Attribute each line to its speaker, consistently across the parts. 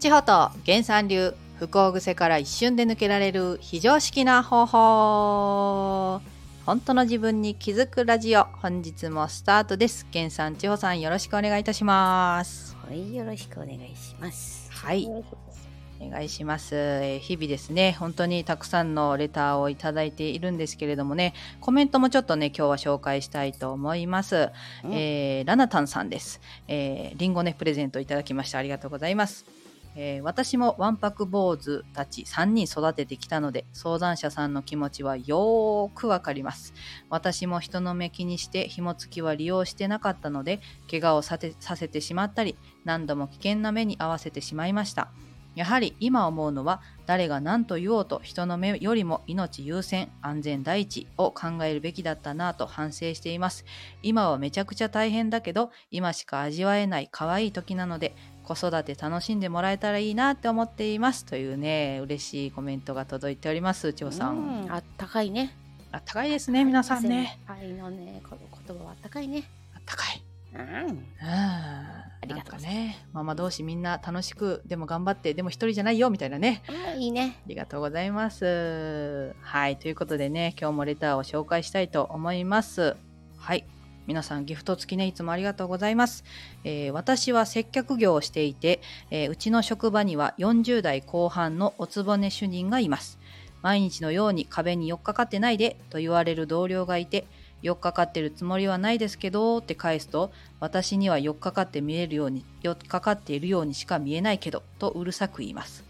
Speaker 1: 地方と原産流不幸癖から一瞬で抜けられる非常識な方法本当の自分に気づくラジオ本日もスタートです原さん千穂さんよろしくお願いいたします
Speaker 2: はい、よろしくお願いします。
Speaker 1: はいお願いします、えー日々ですね本当にたくさんのレターをいただいているんですけれどもねコメントもちょっとね今日は紹介したいと思います、
Speaker 2: うん
Speaker 1: えーラナタンさんです、えー、リンゴねプレゼントいただきましてありがとうございますえー私もわんぱく坊主たち3人育ててきたので相談者さんの気持ちはよーくわかります私も人の目気にして紐付きは利用してなかったので怪我をさてさせてしまったり何度も危険な目に遭わせてしまいましたやはり今思うのは誰が何と言おうと人の目よりも命優先安全第一を考えるべきだったなぁと反省しています今はめちゃくちゃ大変だけど今しか味わえない可愛い時なので子育て楽しんでもらえたらいいなって思っていますというね嬉しいコメントが届いております千
Speaker 2: う
Speaker 1: 代さん
Speaker 2: ん、あったかいね。
Speaker 1: あったかいですね皆さんね。
Speaker 2: はいのね、この言葉はあったかいね。
Speaker 1: あったかい
Speaker 2: う
Speaker 1: う
Speaker 2: ん。
Speaker 1: んあ
Speaker 2: りがとうございます
Speaker 1: ねママ同士みんな楽しくでも頑張ってでも一人じゃないよみたいなね
Speaker 2: うんいいね。
Speaker 1: ありがとうございますはいということでね今日もレターを紹介したいと思いますはい皆さんギフト付きねいつもありがとうございます、えー私は接客業をしていて、えーうちの職場には40代後半のおつぼね主任がいます毎日のように壁に寄っかかってないでと言われる同僚がいて寄っかかってるつもりはないですけどって返すと私には寄っかかって見えるように寄っかかっているようにしか見えないけどとうるさく言います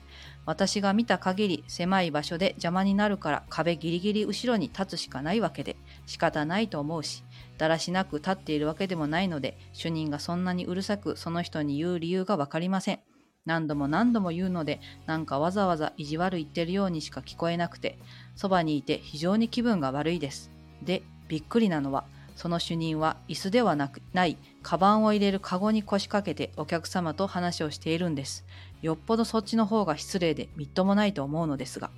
Speaker 1: 私が見た限り狭い場所で邪魔になるから壁ギリギリ後ろに立つしかないわけで仕方ないと思うしだらしなく立っているわけでもないので主任がそんなにうるさくその人に言う理由がわかりません何度も何度も言うのでなんかわざわざ意地悪言ってるようにしか聞こえなくてそばにいて非常に気分が悪いですでびっくりなのはその主任は椅子ではなくないカバンを入れるカゴに腰掛けてお客様と話をしているんですよっぽどそっちの方が失礼でみっともないと思うのですが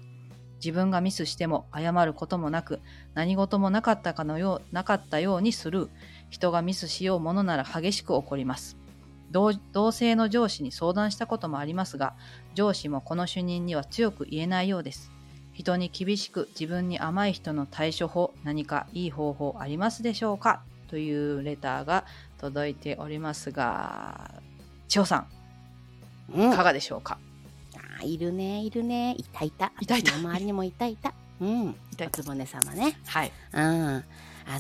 Speaker 1: 自分がミスしても謝ることもなく何事もなかったかのようなかったようにする人がミスしようものなら激しく怒ります同同性の上司に相談したこともありますが上司もこの主任には強く言えないようです人に厳しく自分に甘い人の対処法何かいい方法ありますでしょうかというレターが届いておりますが千代さ
Speaker 2: うんん。
Speaker 1: いか
Speaker 2: あ
Speaker 1: がでしょうか
Speaker 2: ー、いるね、いるね。いたいた。
Speaker 1: いたいた
Speaker 2: 私の周りにもいたいた。 うん。
Speaker 1: いたい
Speaker 2: お
Speaker 1: た
Speaker 2: つぼね様ね。
Speaker 1: はい
Speaker 2: うん。あ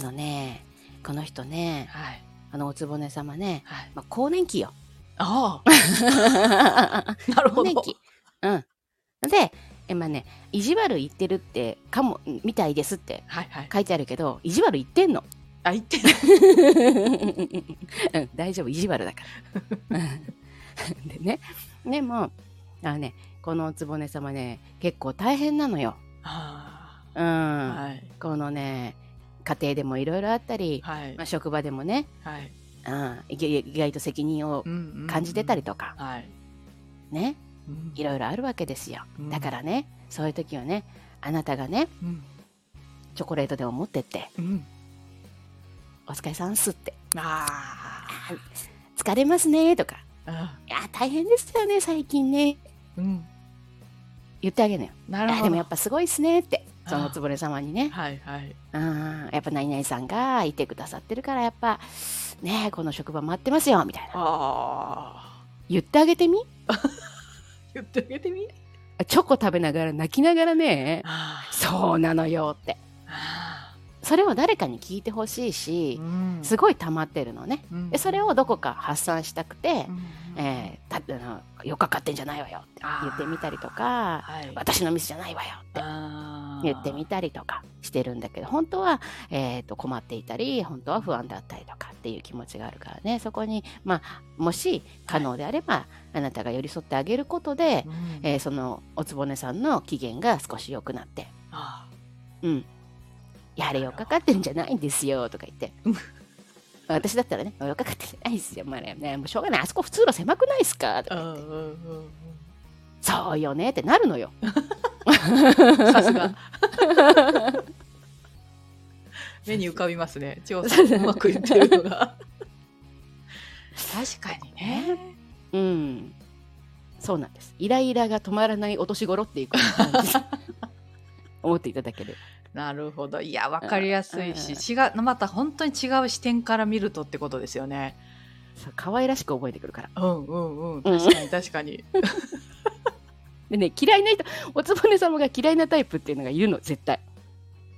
Speaker 2: のね、この人ね、
Speaker 1: はい
Speaker 2: あのおつぼね様ね、
Speaker 1: はい。
Speaker 2: まあ、更年 期よ。
Speaker 1: あ
Speaker 2: 更
Speaker 1: あ、なるほど
Speaker 2: 年。期。うん。で、えまあね、意地悪言ってるって、かも、みたいですって
Speaker 1: はいはい。
Speaker 2: 書いてあるけど、意地悪言ってんの。
Speaker 1: あ、言 ってない。
Speaker 2: うん大丈夫意地悪だから。うんでねでもあのねこのおつぼね様ね結構大変なのよ。
Speaker 1: あ
Speaker 2: うん
Speaker 1: あ、はい
Speaker 2: このね家庭でもいろいろあったり、
Speaker 1: はい
Speaker 2: まあ、職場でもね、
Speaker 1: はい。
Speaker 2: うん、意外意外と責任を
Speaker 1: うん
Speaker 2: 感じてたり。とか、
Speaker 1: はい。
Speaker 2: ねいろいろあるわけですよ。
Speaker 1: うん
Speaker 2: だからねそういう時はねあなたがね
Speaker 1: うん。
Speaker 2: チョコレートでも持ってって
Speaker 1: うん。
Speaker 2: 「お疲れさんっす」って
Speaker 1: あ
Speaker 2: 「疲れますね」とか
Speaker 1: あ。
Speaker 2: 「いや大変でしたよね最近ね
Speaker 1: うん。」
Speaker 2: 言ってあげるのよ。
Speaker 1: ないる
Speaker 2: や
Speaker 1: ほど。
Speaker 2: でもやっぱすごいっすねって
Speaker 1: あー
Speaker 2: そのつぼれ様にね
Speaker 1: はいはい。
Speaker 2: うんやっぱ何々さんがいてくださってるからやっぱねえこの職場待ってますよみたいな
Speaker 1: ああ。
Speaker 2: 言ってあげてみ
Speaker 1: 言ってあげてみ。
Speaker 2: チョコ食べながら泣きながらね
Speaker 1: あ
Speaker 2: そうなのよって
Speaker 1: あ。
Speaker 2: それを誰かに聞いてほしいし
Speaker 1: ん
Speaker 2: すごい溜まってるのねでそれをどこか発散したくて、えー、たあのよっかかってんじゃないわよって言ってみたりとか
Speaker 1: はい。
Speaker 2: 私のミスじゃないわよって
Speaker 1: ああ
Speaker 2: 言ってみたりとかしてるんだけど本当は、えー、と困っていたり本当は不安だったりとかっていう気持ちがあるからねそこに、まあ、もし可能であれば、あなたが寄り添ってあげることで、
Speaker 1: うん
Speaker 2: えーそのおつぼねさんの機嫌が少し良くなって
Speaker 1: あ
Speaker 2: 「うんやれよっかかってるんじゃないんですよ」とか言って。私だったらね、よっかかってんじゃないですよ。まあね、もうしょうがない。あそこ普通路狭くないですかと
Speaker 1: あ。うん
Speaker 2: か言って
Speaker 1: うんうん
Speaker 2: そうよねってなるのよ。
Speaker 1: うん。さす が。目に浮かびますね。千代さんうまくいってるのが。確かにね。
Speaker 2: うん。そうなんです。イライラが止まらないお年頃っていう感じ思っていただける。
Speaker 1: なるほどいや分かりやすいし
Speaker 2: うん
Speaker 1: 違うまた本当に違う視点から見るとってことですよね
Speaker 2: そう可愛らしく覚えてくるから。
Speaker 1: うんうんうん
Speaker 2: うん
Speaker 1: 確かに確かに
Speaker 2: でね、嫌いな人、おつぼね様が嫌いなタイプっていうのがいるの、絶対。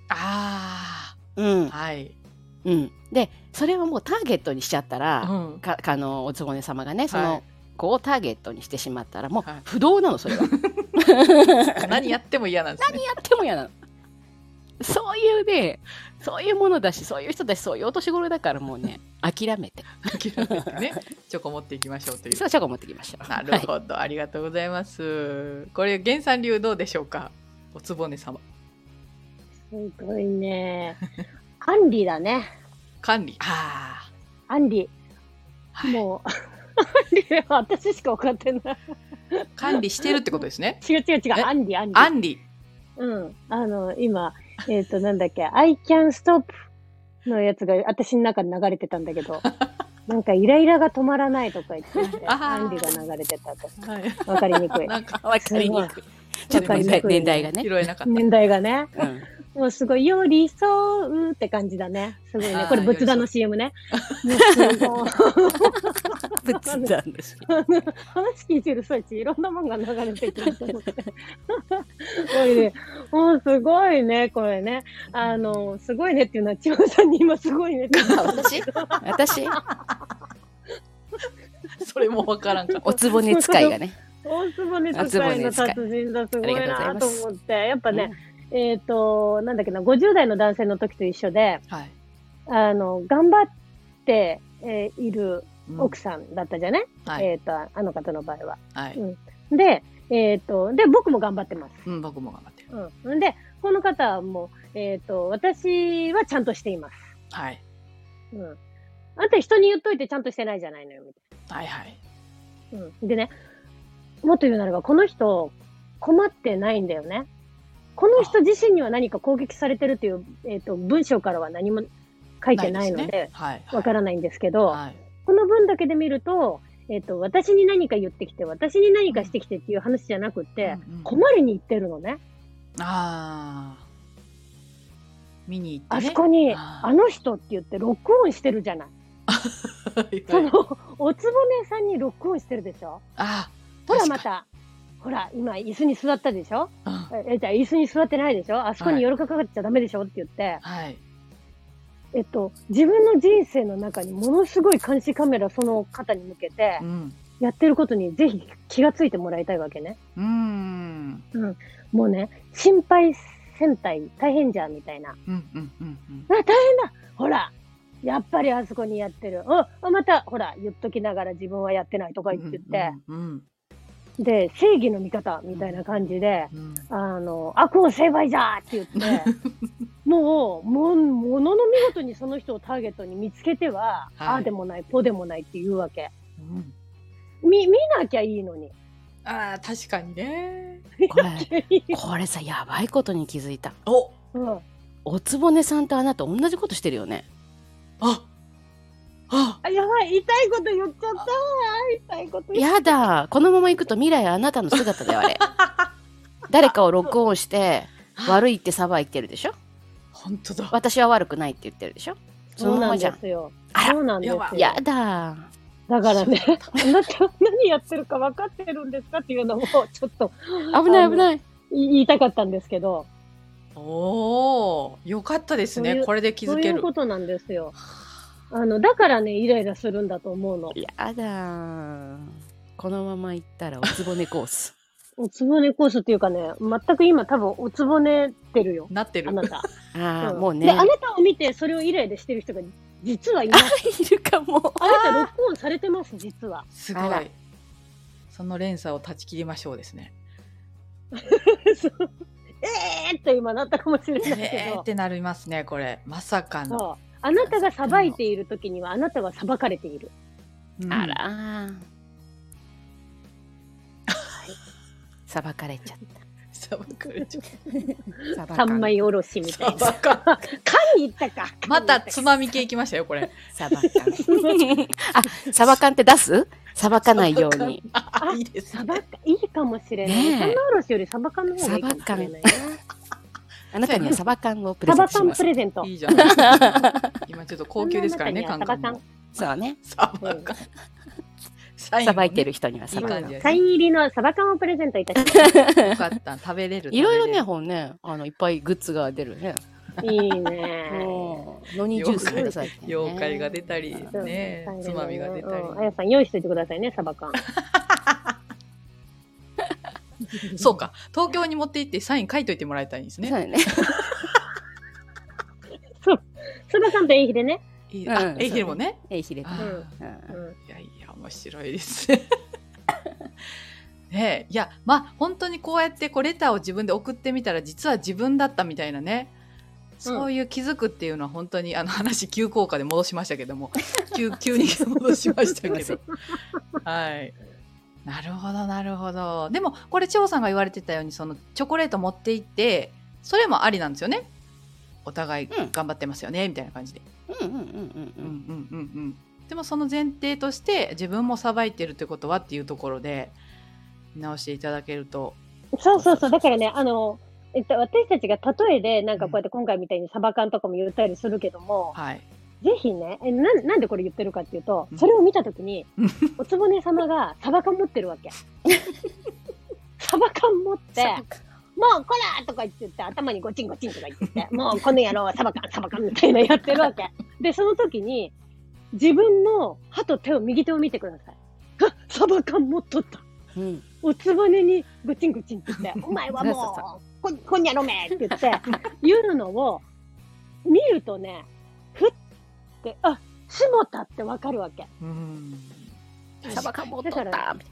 Speaker 1: あ
Speaker 2: うん
Speaker 1: あ。はい、
Speaker 2: うん。で、それはもうターゲットにしちゃった
Speaker 1: う
Speaker 2: ら、
Speaker 1: ん、
Speaker 2: かあの、おつぼね様がね、そ
Speaker 1: は
Speaker 2: の
Speaker 1: い
Speaker 2: 子をターゲットにしてしまったら、もう
Speaker 1: はい
Speaker 2: 不動なの、それは。
Speaker 1: 何やっても嫌なんですね
Speaker 2: やっても嫌なの。そういうね、そういうものだし、そういう人だし、そういうお年頃だからもうね、諦めて。
Speaker 1: 諦めてねチョコ持っていきましょうという
Speaker 2: そう、チョコ持ってきました。
Speaker 1: なる
Speaker 2: はい
Speaker 1: ほど、ありがとうございます。これ源さん流どうでしょうか。おつぼね様
Speaker 3: すごいね。アンリだね。
Speaker 1: 管理。あ
Speaker 3: アンリ。
Speaker 1: あ、も
Speaker 3: もう、アンリは私しか分かってない。
Speaker 1: う管理してるってことですね。
Speaker 3: 違う違う違う、
Speaker 1: え
Speaker 3: アンリ、アンリ。
Speaker 1: 管理。
Speaker 3: うん。あの、今、えっ、と、なんだっけ、I can stop のやつが私の中で流れてたんだ けど、なんかイライラが止まらないとか言ってて、
Speaker 1: あー
Speaker 3: アンリが流れてたと。
Speaker 1: はい。
Speaker 3: わかりにくい。
Speaker 1: なんか
Speaker 2: わかりにくい。ちょっと
Speaker 1: わかり
Speaker 2: 年
Speaker 1: に
Speaker 2: 代
Speaker 3: くい
Speaker 2: 年代がね。
Speaker 1: 拾えなかっ
Speaker 3: 年代がね。
Speaker 2: うん
Speaker 3: もうすごい、よりそうって感じだね。すごい
Speaker 1: あ
Speaker 3: ね
Speaker 1: ー。
Speaker 3: これ、仏壇の CM ね。もうすごい。
Speaker 2: ぶつなんですよ。
Speaker 3: あの話聞いてる最中いろんなもんが流れてくると思って。 おいね、もうすごいね、これね。あの、すごいねっていうのは、千代さんに今すごいねって言ったんだけど。
Speaker 2: 私、
Speaker 1: た。それもわからんかった。
Speaker 2: おつぼね使いがね。
Speaker 3: 大坪ね、使いの達人だ、すごいなと思って。やっぱね、えっ、と、なんだっけな、50代の男性の時と一緒で、
Speaker 1: はい。
Speaker 3: あの、頑張って、えーいる
Speaker 1: うん
Speaker 3: 奥さんだったじゃね、
Speaker 1: はい。
Speaker 3: えっ、と、あの方の場合は。
Speaker 1: はい。
Speaker 3: で、えっ、と、で、僕も頑張ってます。
Speaker 1: うん、僕も頑張ってる。
Speaker 3: うん。で、この方はもう、えっ、と、私はちゃんとしています。
Speaker 1: はい。
Speaker 3: うん。あんた人に言っといてちゃんとしてないじゃないのよ、み
Speaker 1: はいはい。
Speaker 3: たいな。うん。でね、もっと言うならば、この人、困ってないんだよね。この人自身には何か攻撃されてるという、えっ、と、文章からは何も書いてないの
Speaker 1: ですね
Speaker 3: で、
Speaker 1: はい。
Speaker 3: わからないんですけど、
Speaker 1: はい。
Speaker 3: この文だけで見ると、えっ、と、私に何か言ってきて、私に何かしてきてっていう話じゃなくて、
Speaker 1: うんうん
Speaker 3: 困りに行ってるのね。
Speaker 1: ああ。見に行って
Speaker 3: あ
Speaker 1: ね。
Speaker 3: そこに、
Speaker 1: あー
Speaker 3: あの人って言ってロックオンしてるじゃない。
Speaker 1: はい
Speaker 3: そ
Speaker 1: はい
Speaker 3: の、 おつぼねさんにロックオンしてるでしょ
Speaker 1: あー。
Speaker 3: ほら
Speaker 1: 確
Speaker 3: ま
Speaker 1: か
Speaker 3: た、ほら、今椅子に座ったでしょ
Speaker 1: に。うん
Speaker 3: え、えじゃあ椅子に座ってないでしょあそこ
Speaker 1: はい
Speaker 3: に寄りかかっちゃダメでしょって言って、
Speaker 1: はい。
Speaker 3: えっと、自分の人生の中にものすごい監視カメラその方に向けて
Speaker 1: う、ん。
Speaker 3: やってることにぜひ気がついてもらいたいわけね。
Speaker 1: うーん。
Speaker 3: もうね、心配戦隊大変じゃんみたいな。
Speaker 1: うんうんうんうん。
Speaker 3: あ、大変だほらやっぱりあそこにやってる。あ、あまた、ほら、言っときながら自分はやってないとか言ってて、
Speaker 1: うんうん
Speaker 3: で、正義の味方みたいな感じで、
Speaker 1: うんうん
Speaker 3: あの、悪を成敗じゃーって言 って、もう、も、ものの見事にその人をターゲットに見つけては、
Speaker 1: はい
Speaker 3: ああでもない、こうでもないって言うわけ。
Speaker 1: うん
Speaker 3: み、見なきゃいいの に。
Speaker 1: ああ確かにね
Speaker 2: これ、これさ、やばいことに気づいた。
Speaker 1: お
Speaker 3: うん。
Speaker 2: おつぼねさんとあなた同じことしてるよね。
Speaker 1: ああ
Speaker 3: あ、やばい、痛いこと言っちゃったわ。痛いこと言っ
Speaker 2: やだ、このまま行くと未来あなたの姿だよ、あ れ。誰かをロックオンして、悪いってさばいてるでしょ
Speaker 1: 本当だ
Speaker 2: 私は悪くないって言ってるでしょその
Speaker 3: そ
Speaker 2: ま
Speaker 3: うな
Speaker 2: ま
Speaker 3: ん
Speaker 2: じゃ
Speaker 3: で
Speaker 2: ん。
Speaker 3: すよ。
Speaker 2: あら
Speaker 3: そうなんですよ
Speaker 1: や。ばい
Speaker 2: やだ。
Speaker 3: だからね、あなた何やってるか分かってるんですかっていうのも、ちょっと
Speaker 2: 危ない危ない。
Speaker 3: い言いたかったんですけど、
Speaker 1: おおよかったです
Speaker 3: そう
Speaker 1: ね
Speaker 3: いう
Speaker 1: これで気
Speaker 3: そ
Speaker 1: づ
Speaker 3: うい
Speaker 1: け
Speaker 3: う
Speaker 1: る
Speaker 3: ことなんですよ。あの、だからね、イライラするんだと思うの。
Speaker 2: やだ。このまま行ったらおつぼねコース。
Speaker 3: おつぼねコースっていうかね、全く今多分おつぼねてるよ。
Speaker 1: なって
Speaker 3: あ
Speaker 1: る
Speaker 3: なた。
Speaker 2: ああ、
Speaker 3: ん
Speaker 2: もうね。
Speaker 3: で、あなたを見てそれをイライラしてる人が実はいます。
Speaker 2: いるかも。
Speaker 3: あなたロックオンされてます、実は。
Speaker 1: すご
Speaker 2: あら
Speaker 1: いその連鎖を断ち切りましょうですね
Speaker 3: そうえーって今なったかもしれないけ
Speaker 1: えーっ
Speaker 3: ど。
Speaker 1: てなりますねこれまさかの
Speaker 3: そうあなたが裁いている時にはあなたは裁かれている。
Speaker 1: うん
Speaker 2: あら。さばかれちゃっ。
Speaker 1: さばかれちゃった
Speaker 2: さば
Speaker 3: 三枚おろしみたい
Speaker 1: た
Speaker 3: な。
Speaker 1: さばかん
Speaker 3: 缶に行ったか。
Speaker 1: またつ
Speaker 3: つ
Speaker 1: まみ系いきましたよこれ
Speaker 2: さばかん。あ、さばかんって出すさばかないように。
Speaker 1: あいいです
Speaker 3: さ
Speaker 1: ね
Speaker 3: ばか、いいかもしれない。
Speaker 2: ねえ
Speaker 3: 三おろしよりサバ缶の方がいいかもしれないね。
Speaker 2: あなたにはサバ缶をプレ
Speaker 3: サ
Speaker 2: ゼン
Speaker 3: バ
Speaker 2: トし
Speaker 3: 缶
Speaker 2: ま
Speaker 3: プ
Speaker 2: す。
Speaker 3: レゼント。
Speaker 1: いいじゃないですか。今ちょっと高級ですからね、
Speaker 3: そ
Speaker 1: カ
Speaker 3: ん
Speaker 1: ン
Speaker 3: な
Speaker 1: カ
Speaker 3: 中
Speaker 1: ン
Speaker 3: には
Speaker 1: も。
Speaker 2: そうね。
Speaker 1: サバ缶。サインも
Speaker 2: さ
Speaker 1: ね
Speaker 2: ばいてる人にはサ
Speaker 1: いい
Speaker 2: バ
Speaker 1: 感
Speaker 2: 缶
Speaker 1: じ。や
Speaker 3: サ
Speaker 1: ね。
Speaker 3: イン入りのサバ缶をプレゼントいたします。
Speaker 1: よかった。食べれる。
Speaker 2: いろいろね、
Speaker 1: 食
Speaker 2: ほんね、あの、いっぱいグッズが出るね。
Speaker 3: いいね。
Speaker 2: うんのにジュースくださいってね
Speaker 1: べれる。妖怪が出たり、
Speaker 3: そう
Speaker 1: ね、つまみが出たり。
Speaker 3: うんあやさん用意しといてくださいね、サバ缶。
Speaker 1: そうか。東京に持って行ってサイン書いといてもらいたいんです
Speaker 2: そ
Speaker 1: ね。
Speaker 2: うだね。
Speaker 3: サバ缶とエイヒでね。
Speaker 1: いい
Speaker 2: うん
Speaker 1: あ、えいひもね。
Speaker 2: え、ひ れて
Speaker 1: あ。ー
Speaker 3: うん
Speaker 2: うん
Speaker 1: いやいや、面白いです ね。ねえいやまあ本当にこうやってこうレターを自分で送ってみたら実は自分だったみたいなねそういう気づくっていうのは本当にあの話急降下で戻しましたけど も急急に戻しましたけ
Speaker 2: すい
Speaker 1: どはいなるほどなるほどでもこれ千穂さんが言われてたようにそのチョコレート持って行ってそれもありなんですよねお互い
Speaker 2: うん
Speaker 1: 頑張ってますよね、みたいな感じで
Speaker 2: うんうんう
Speaker 1: う
Speaker 2: んう
Speaker 1: ん
Speaker 2: ん
Speaker 1: うんう
Speaker 2: うん。
Speaker 1: んうんでもその前提として自分もさばいてるってことはっていうところで見直していただけると
Speaker 3: そうそうそう。だからね、あの、えっと、私たちが例えで、なんかこうやって今回みたいにサバ缶とかも言ったりするけども、
Speaker 1: はい
Speaker 3: ぜひね、えなんなんでこれ言ってるかっていうと
Speaker 1: う、ん
Speaker 3: それを見たと きに
Speaker 1: うん、
Speaker 3: おつぼね様がサバ缶持ってるわ け。サバ缶持って、もうこらーとか言って言って、頭にゴチンゴチンとか言って言って、もうこの野郎はサバ缶、サバ缶みたいなやってるわけ。で、その時に、自分の歯と手を右手を見てください。あサバ缶持っとった。
Speaker 2: うん
Speaker 3: おつぼねにゴチンゴチンって言 って、お前は
Speaker 2: そうそう
Speaker 3: もう、ここんにゃろめって言って、 言うのを見るとね、ふって、あ、しもたってわかるわけ。
Speaker 1: うん
Speaker 2: サバ缶持っとった
Speaker 3: だから
Speaker 2: みたい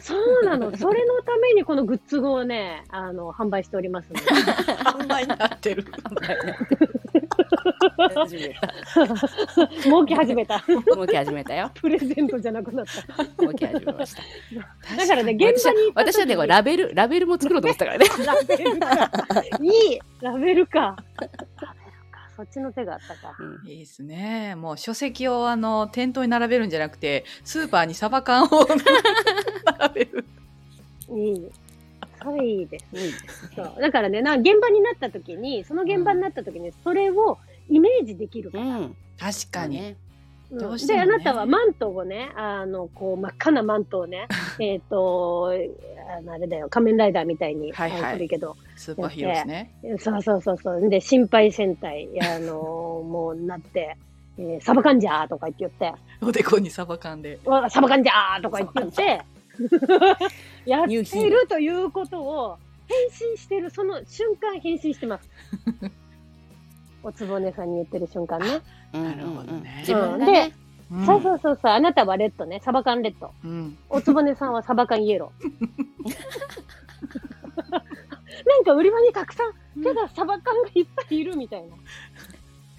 Speaker 3: そうな の。それのためにこのグッズをね、あの、販売しておりますので。
Speaker 1: 販売になってる
Speaker 2: な始めた。
Speaker 3: 儲け始めた。
Speaker 2: 動き始めたよ。
Speaker 3: プレゼントじゃなくなった。
Speaker 2: 動き始めました。
Speaker 3: だからね、現
Speaker 2: 私
Speaker 3: 場
Speaker 2: は
Speaker 3: に行った時
Speaker 2: 私はね、これラベル、ラベルも作ろうと思ってたからね。
Speaker 3: ラベルか。 いいラベルか。ラベルか。そっちの手があったか。
Speaker 2: うん
Speaker 1: いいですねもう書籍をあの店頭に並べるんじゃなくてスーパーにサバ缶を 並べる
Speaker 3: いい。それいいです。
Speaker 2: いいですね
Speaker 3: そうだからね、な現場になった時に、その現場になった時に、それをイメージできるか
Speaker 2: う
Speaker 3: ら。
Speaker 2: ん。
Speaker 1: 確かに、
Speaker 2: ね。
Speaker 3: うん
Speaker 1: どうしても
Speaker 3: で、
Speaker 1: ね
Speaker 3: あなたはマントをね、あの、こう、真っ赤なマントをね、えっと、あのあれだよ、仮面ライダーみたいに、
Speaker 1: はいはい
Speaker 3: あのするけど、
Speaker 1: スーパーヒーローですね
Speaker 3: そうそうそうそう。で、心配戦隊、あの、もうなって、えーサバカンジャーとか言って言って、
Speaker 1: おでこにサバ缶で
Speaker 3: わサバ缶じゃーとか言ってて、やっ
Speaker 2: ニューヒ
Speaker 3: て
Speaker 2: ーロ
Speaker 3: るということを、変身してる、その瞬間変身して ます。おつぼねさんに言ってる瞬間ね。
Speaker 2: うんうんうん
Speaker 1: なるほどね
Speaker 2: 自分がね。
Speaker 1: うん
Speaker 3: そうそうそうそう、あなたはレッドね、サバ缶レッド。
Speaker 1: うん
Speaker 3: おつぼねさんはサバ缶イエロー。 なんか売り場にたくさん、ただサバ缶がいっぱいいるみたいな。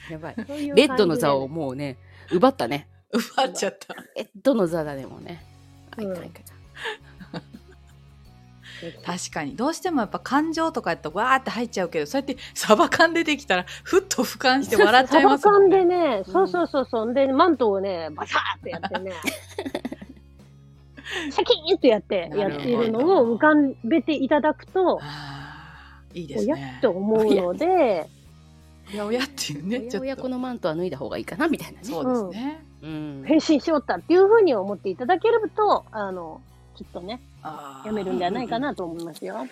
Speaker 2: やばい。
Speaker 3: そういう感じ
Speaker 2: レ
Speaker 3: で
Speaker 2: ッドの座を、もうね、奪ったね。
Speaker 1: 奪っちゃった
Speaker 2: レッドの座だね、もうね。あいかんいかん
Speaker 1: 確かにどうしてもやっぱ感情とかやったらわーって入っちゃうけどそうやってサバ缶出てきたらふっと俯瞰して笑っちゃ
Speaker 3: サ
Speaker 1: いま
Speaker 3: バ
Speaker 1: すも
Speaker 3: 缶
Speaker 1: ん
Speaker 3: で
Speaker 1: ね。
Speaker 3: ね、
Speaker 1: うん
Speaker 3: そうそうそうそう、で、マントをね、バサーってやって ね、シャキーンってやって、やっているのを浮かべていただくと、
Speaker 1: あーいいで
Speaker 3: お
Speaker 1: す
Speaker 3: や
Speaker 1: ね
Speaker 3: っ。と思うので、
Speaker 1: おやおやっていうね
Speaker 2: お
Speaker 1: ち
Speaker 2: やお
Speaker 1: ょ
Speaker 2: や
Speaker 1: っ
Speaker 2: ことのマントは脱いだ方がいいかなみたいなね。
Speaker 1: そうですね。
Speaker 2: うん。
Speaker 3: 変身しよったっていうふうに思っていただけると、あの、きっとね、
Speaker 1: あー
Speaker 3: やめるんじゃないかなと思いますよ。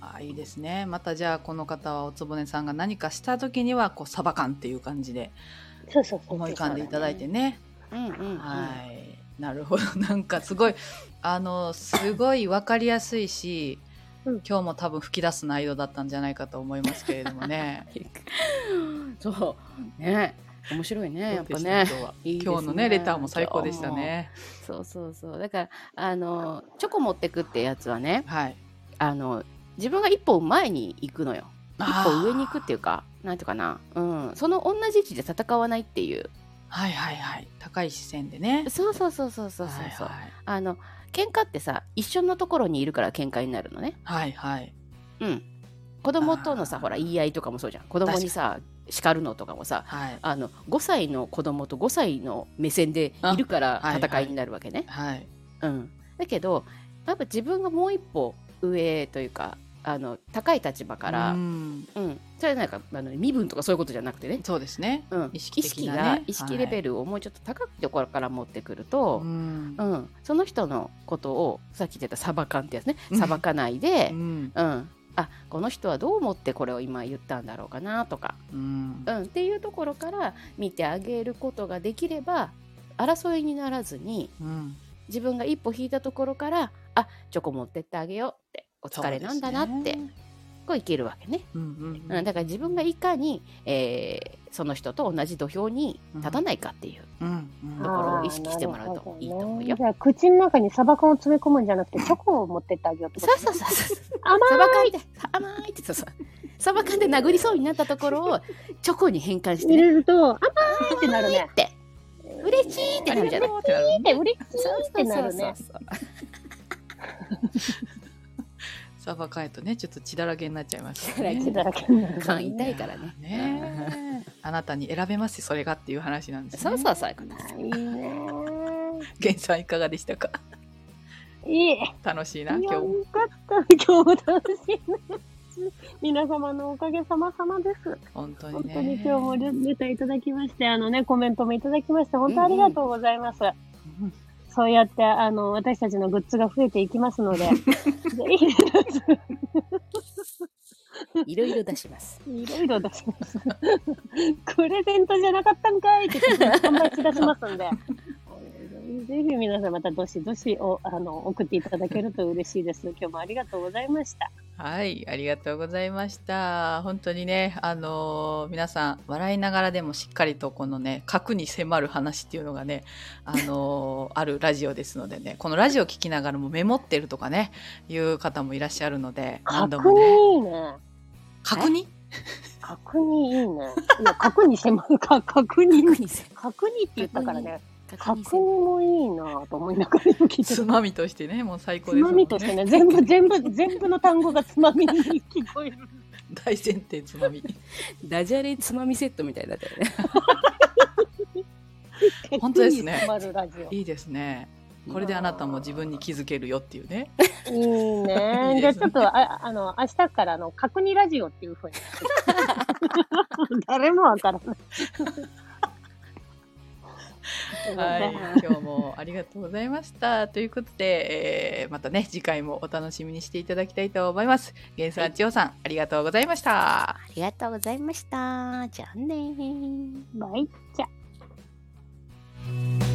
Speaker 1: あーいいですね。またじゃあこの方はおつぼねさんが何かした時にはこうサバ缶っていう感じで
Speaker 3: そうそうそう。
Speaker 1: 思い浮かんでいただいてね。
Speaker 2: うんうんうん。
Speaker 1: はい。なるほど。なんかすごいあのすごいわかりやすいし。
Speaker 3: うん
Speaker 1: 今日も多分吹き出す内容だったんじゃないかと思いますけれどもね。
Speaker 2: そう。ね。面白いね。やっ
Speaker 1: ど
Speaker 2: ぱ
Speaker 1: うで
Speaker 2: ね
Speaker 1: し。た今日はい
Speaker 2: いですね
Speaker 1: 今日のねレターも最高でしたね。
Speaker 2: そうそうそう。だから、あの、チョコ持ってくってやつはね、
Speaker 1: はい。
Speaker 2: あの、自分が一歩前に行くのよ。
Speaker 1: あ
Speaker 2: 一
Speaker 1: ー
Speaker 2: 歩上に行くっていうか、なんていうかな。うん。その同じ位置で戦わないっていう。
Speaker 1: はいはいはい。高い視線でね。
Speaker 2: そうそうそうそうそうそうそう。
Speaker 1: はい
Speaker 2: あの、喧嘩ってさ、一緒のところにいるから喧嘩になるのね。
Speaker 1: はい。はいはい
Speaker 2: うん。子供とのさ、
Speaker 1: あー
Speaker 2: ほら、言い合いとかもそうじゃん。子供にさ、叱るのとかもさ、
Speaker 1: はい
Speaker 2: あの5歳の子供と5歳の目線でいるから
Speaker 1: あはい
Speaker 2: 戦いになるわけね。
Speaker 1: はい
Speaker 2: うん、だけどやっぱ自分がもう一歩上というかあの高い立場から、
Speaker 1: う
Speaker 2: うん
Speaker 1: ん
Speaker 2: それはなんかあの身分とかそういうことじゃなくてね、
Speaker 1: そうですね。
Speaker 2: うん、
Speaker 1: 意識的なね
Speaker 2: 意識が意識レベルをもうちょっと高いところから持ってくると、
Speaker 1: ん
Speaker 2: うんその人のことをさっき言ってた裁かんってやつね
Speaker 1: うん
Speaker 2: 裁かないで
Speaker 1: う、ん
Speaker 2: うんあこの人はどう思ってこれを今言ったんだろうかなとか、
Speaker 1: うん
Speaker 2: うん、っていうところから見てあげることができれば争いにならずに
Speaker 1: うん
Speaker 2: 自分が一歩引いたところからあチョコ持ってってあげようってお疲れなんだなって、
Speaker 1: そうですね
Speaker 2: こういけるわけね、
Speaker 1: うんうん
Speaker 2: うん、だから自分がいかに、えーその人と同じ土俵に立たないかっていう、
Speaker 1: うんうん
Speaker 2: だから意識してもらうといいと思うよ
Speaker 3: あーなるほどねじゃあ、口の中にサバ缶を詰め込むんじゃなくて、チョコを持ってってあげようって
Speaker 2: そ
Speaker 3: こ
Speaker 2: う
Speaker 3: と
Speaker 2: そうそうそう
Speaker 3: 甘
Speaker 2: サバ缶って甘いってそうそうサバ缶で殴りそうになったところをチョコに変換して
Speaker 3: 入
Speaker 2: ね
Speaker 3: れると、甘いってなるね。
Speaker 2: って嬉しいってなるじゃない
Speaker 1: ありがとうってなるね
Speaker 3: で、嬉しいってなるね。
Speaker 2: そうそうそう
Speaker 1: サバカイとねちょっと血だらけになっちゃいました
Speaker 2: 血
Speaker 3: 口
Speaker 1: ね
Speaker 3: だらけになる
Speaker 2: そう
Speaker 3: ね
Speaker 2: 缶痛いからね
Speaker 1: ねえあなたに選べますよそれがっていう話なんです
Speaker 2: そ
Speaker 1: ね
Speaker 2: うそうそういうことです
Speaker 3: いいね。
Speaker 1: 源さんいかがでしたか
Speaker 3: いい。
Speaker 1: 楽しいな
Speaker 3: 今
Speaker 1: 今日も
Speaker 3: よかった。今日も楽しいね。皆様のおかげさまさまです。
Speaker 1: 本当
Speaker 3: 本
Speaker 1: にね
Speaker 3: 当に今日もレターいただきまして、あのね、コメントもいただきまして、本当ありがとうございます。
Speaker 1: うん
Speaker 3: そうやって、あの、私たちのグッズが増えていきます ので、ぜひ
Speaker 2: いろいろ出します
Speaker 3: いろいろ出します。プレゼントじゃなかったんかいって販売し出しますんで。 ぜひ皆さんまたどしどしおあの送っていただけると嬉しいです。今日もありがとうございました。
Speaker 1: はい、ありがとうございました。本当にね、あのー皆さん笑いながらでもしっかりとこのね、核に迫る話っていうのがね、あのー あるラジオですのでね、このラジオ聞きながらもメモってるとかね、いう方もいらっしゃるので、何度
Speaker 3: 角
Speaker 1: もね、
Speaker 3: にいいね。
Speaker 1: 確認
Speaker 3: 角にいいね。いや、角に迫るか、角に。
Speaker 2: 確認せ
Speaker 3: 角にって言ったからね。角
Speaker 2: 確
Speaker 3: に
Speaker 2: 認せ
Speaker 3: もいいなぁと思いながら今聞いて
Speaker 1: つ
Speaker 3: た。
Speaker 1: まみとしてね、もう最高
Speaker 3: つ
Speaker 1: ですも
Speaker 3: ま
Speaker 1: んね。
Speaker 3: みとしてね、全部、全部、全部の単語がつまみに聞こえる。
Speaker 1: 大前提つまみ。
Speaker 2: ダジャレつまみセットみたいになったよね
Speaker 1: 本当ですね
Speaker 3: 角に迫るラジオ。
Speaker 1: いいですね。これであなたも自分に気づけるよっていうね。
Speaker 3: いいね。
Speaker 1: いい
Speaker 3: じゃ
Speaker 1: です
Speaker 3: あ
Speaker 1: ね
Speaker 3: ちょっと、ああの、明日から、あの、角煮ラジオっていうふうに。 誰もわからない。
Speaker 1: はい、今日もありがとうございました。ということで、えーまたね、次回もお楽しみにしていただきたいと思います。原さん、千代さん、ありがとうございました。
Speaker 2: ありがとうございましたじゃあねー
Speaker 3: バイチャ。
Speaker 4: 「